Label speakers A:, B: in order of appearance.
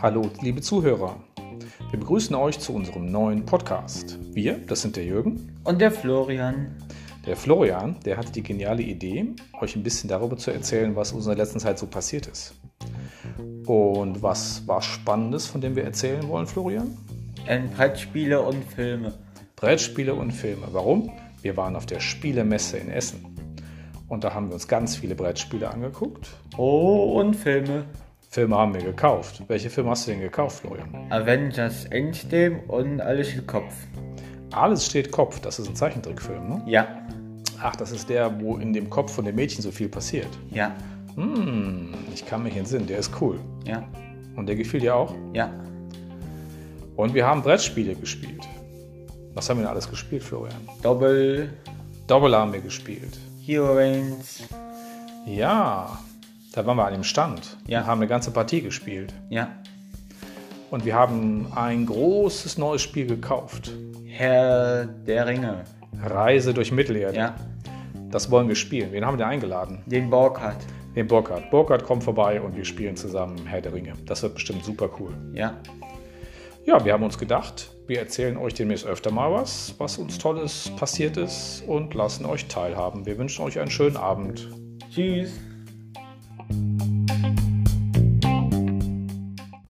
A: Hallo, liebe Zuhörer. Wir begrüßen euch zu unserem neuen Podcast. Wir, das sind der Jürgen.
B: Und der Florian.
A: Der Florian, der hatte die geniale Idee, euch ein bisschen darüber zu erzählen, was uns in der letzten Zeit so passiert ist. Und was war Spannendes, von dem wir erzählen wollen, Florian?
B: Ähm, Brettspiele und Filme.
A: Brettspiele und Filme. Warum? Wir waren auf der Spielemesse in Essen. Und da haben wir uns ganz viele Brettspiele angeguckt.
B: Oh, und Filme.
A: Filme haben wir gekauft. Welche Filme hast du denn gekauft, Florian?
B: Avengers Endgame und alles steht Kopf.
A: Alles steht Kopf, das ist ein Zeichentrickfilm, ne?
B: Ja,
A: Ach, das ist der, wo in dem Kopf von dem Mädchen so viel passiert.
B: ja,
A: Hm, ich kann mich entsinnen, der ist cool.
B: ja,
A: Und der gefiel dir auch.
B: ja.
A: Und wir haben Brettspiele gespielt. Was haben wir denn alles gespielt, Florian?
B: Doppel,
A: Double haben wir gespielt.
B: Heroines,
A: Ja, da waren wir an dem Stand
B: Ja.
A: und haben eine ganze Partie gespielt.
B: ja.
A: Und wir haben ein großes neues Spiel gekauft.
B: Herr der Ringe,
A: Reise durch Mittelerde.
B: ja.
A: Das wollen wir spielen. Wen haben wir denn eingeladen?
B: Den Borghardt,
A: Den Burkhardt. Burkhardt kommt vorbei und wir spielen zusammen Herr der Ringe. Das wird bestimmt super cool.
B: ja.
A: Ja, wir haben uns gedacht, wir erzählen euch demnächst öfter mal was, was uns Tolles passiert ist und lassen euch teilhaben. Wir wünschen euch einen schönen Abend.
B: Tschüss.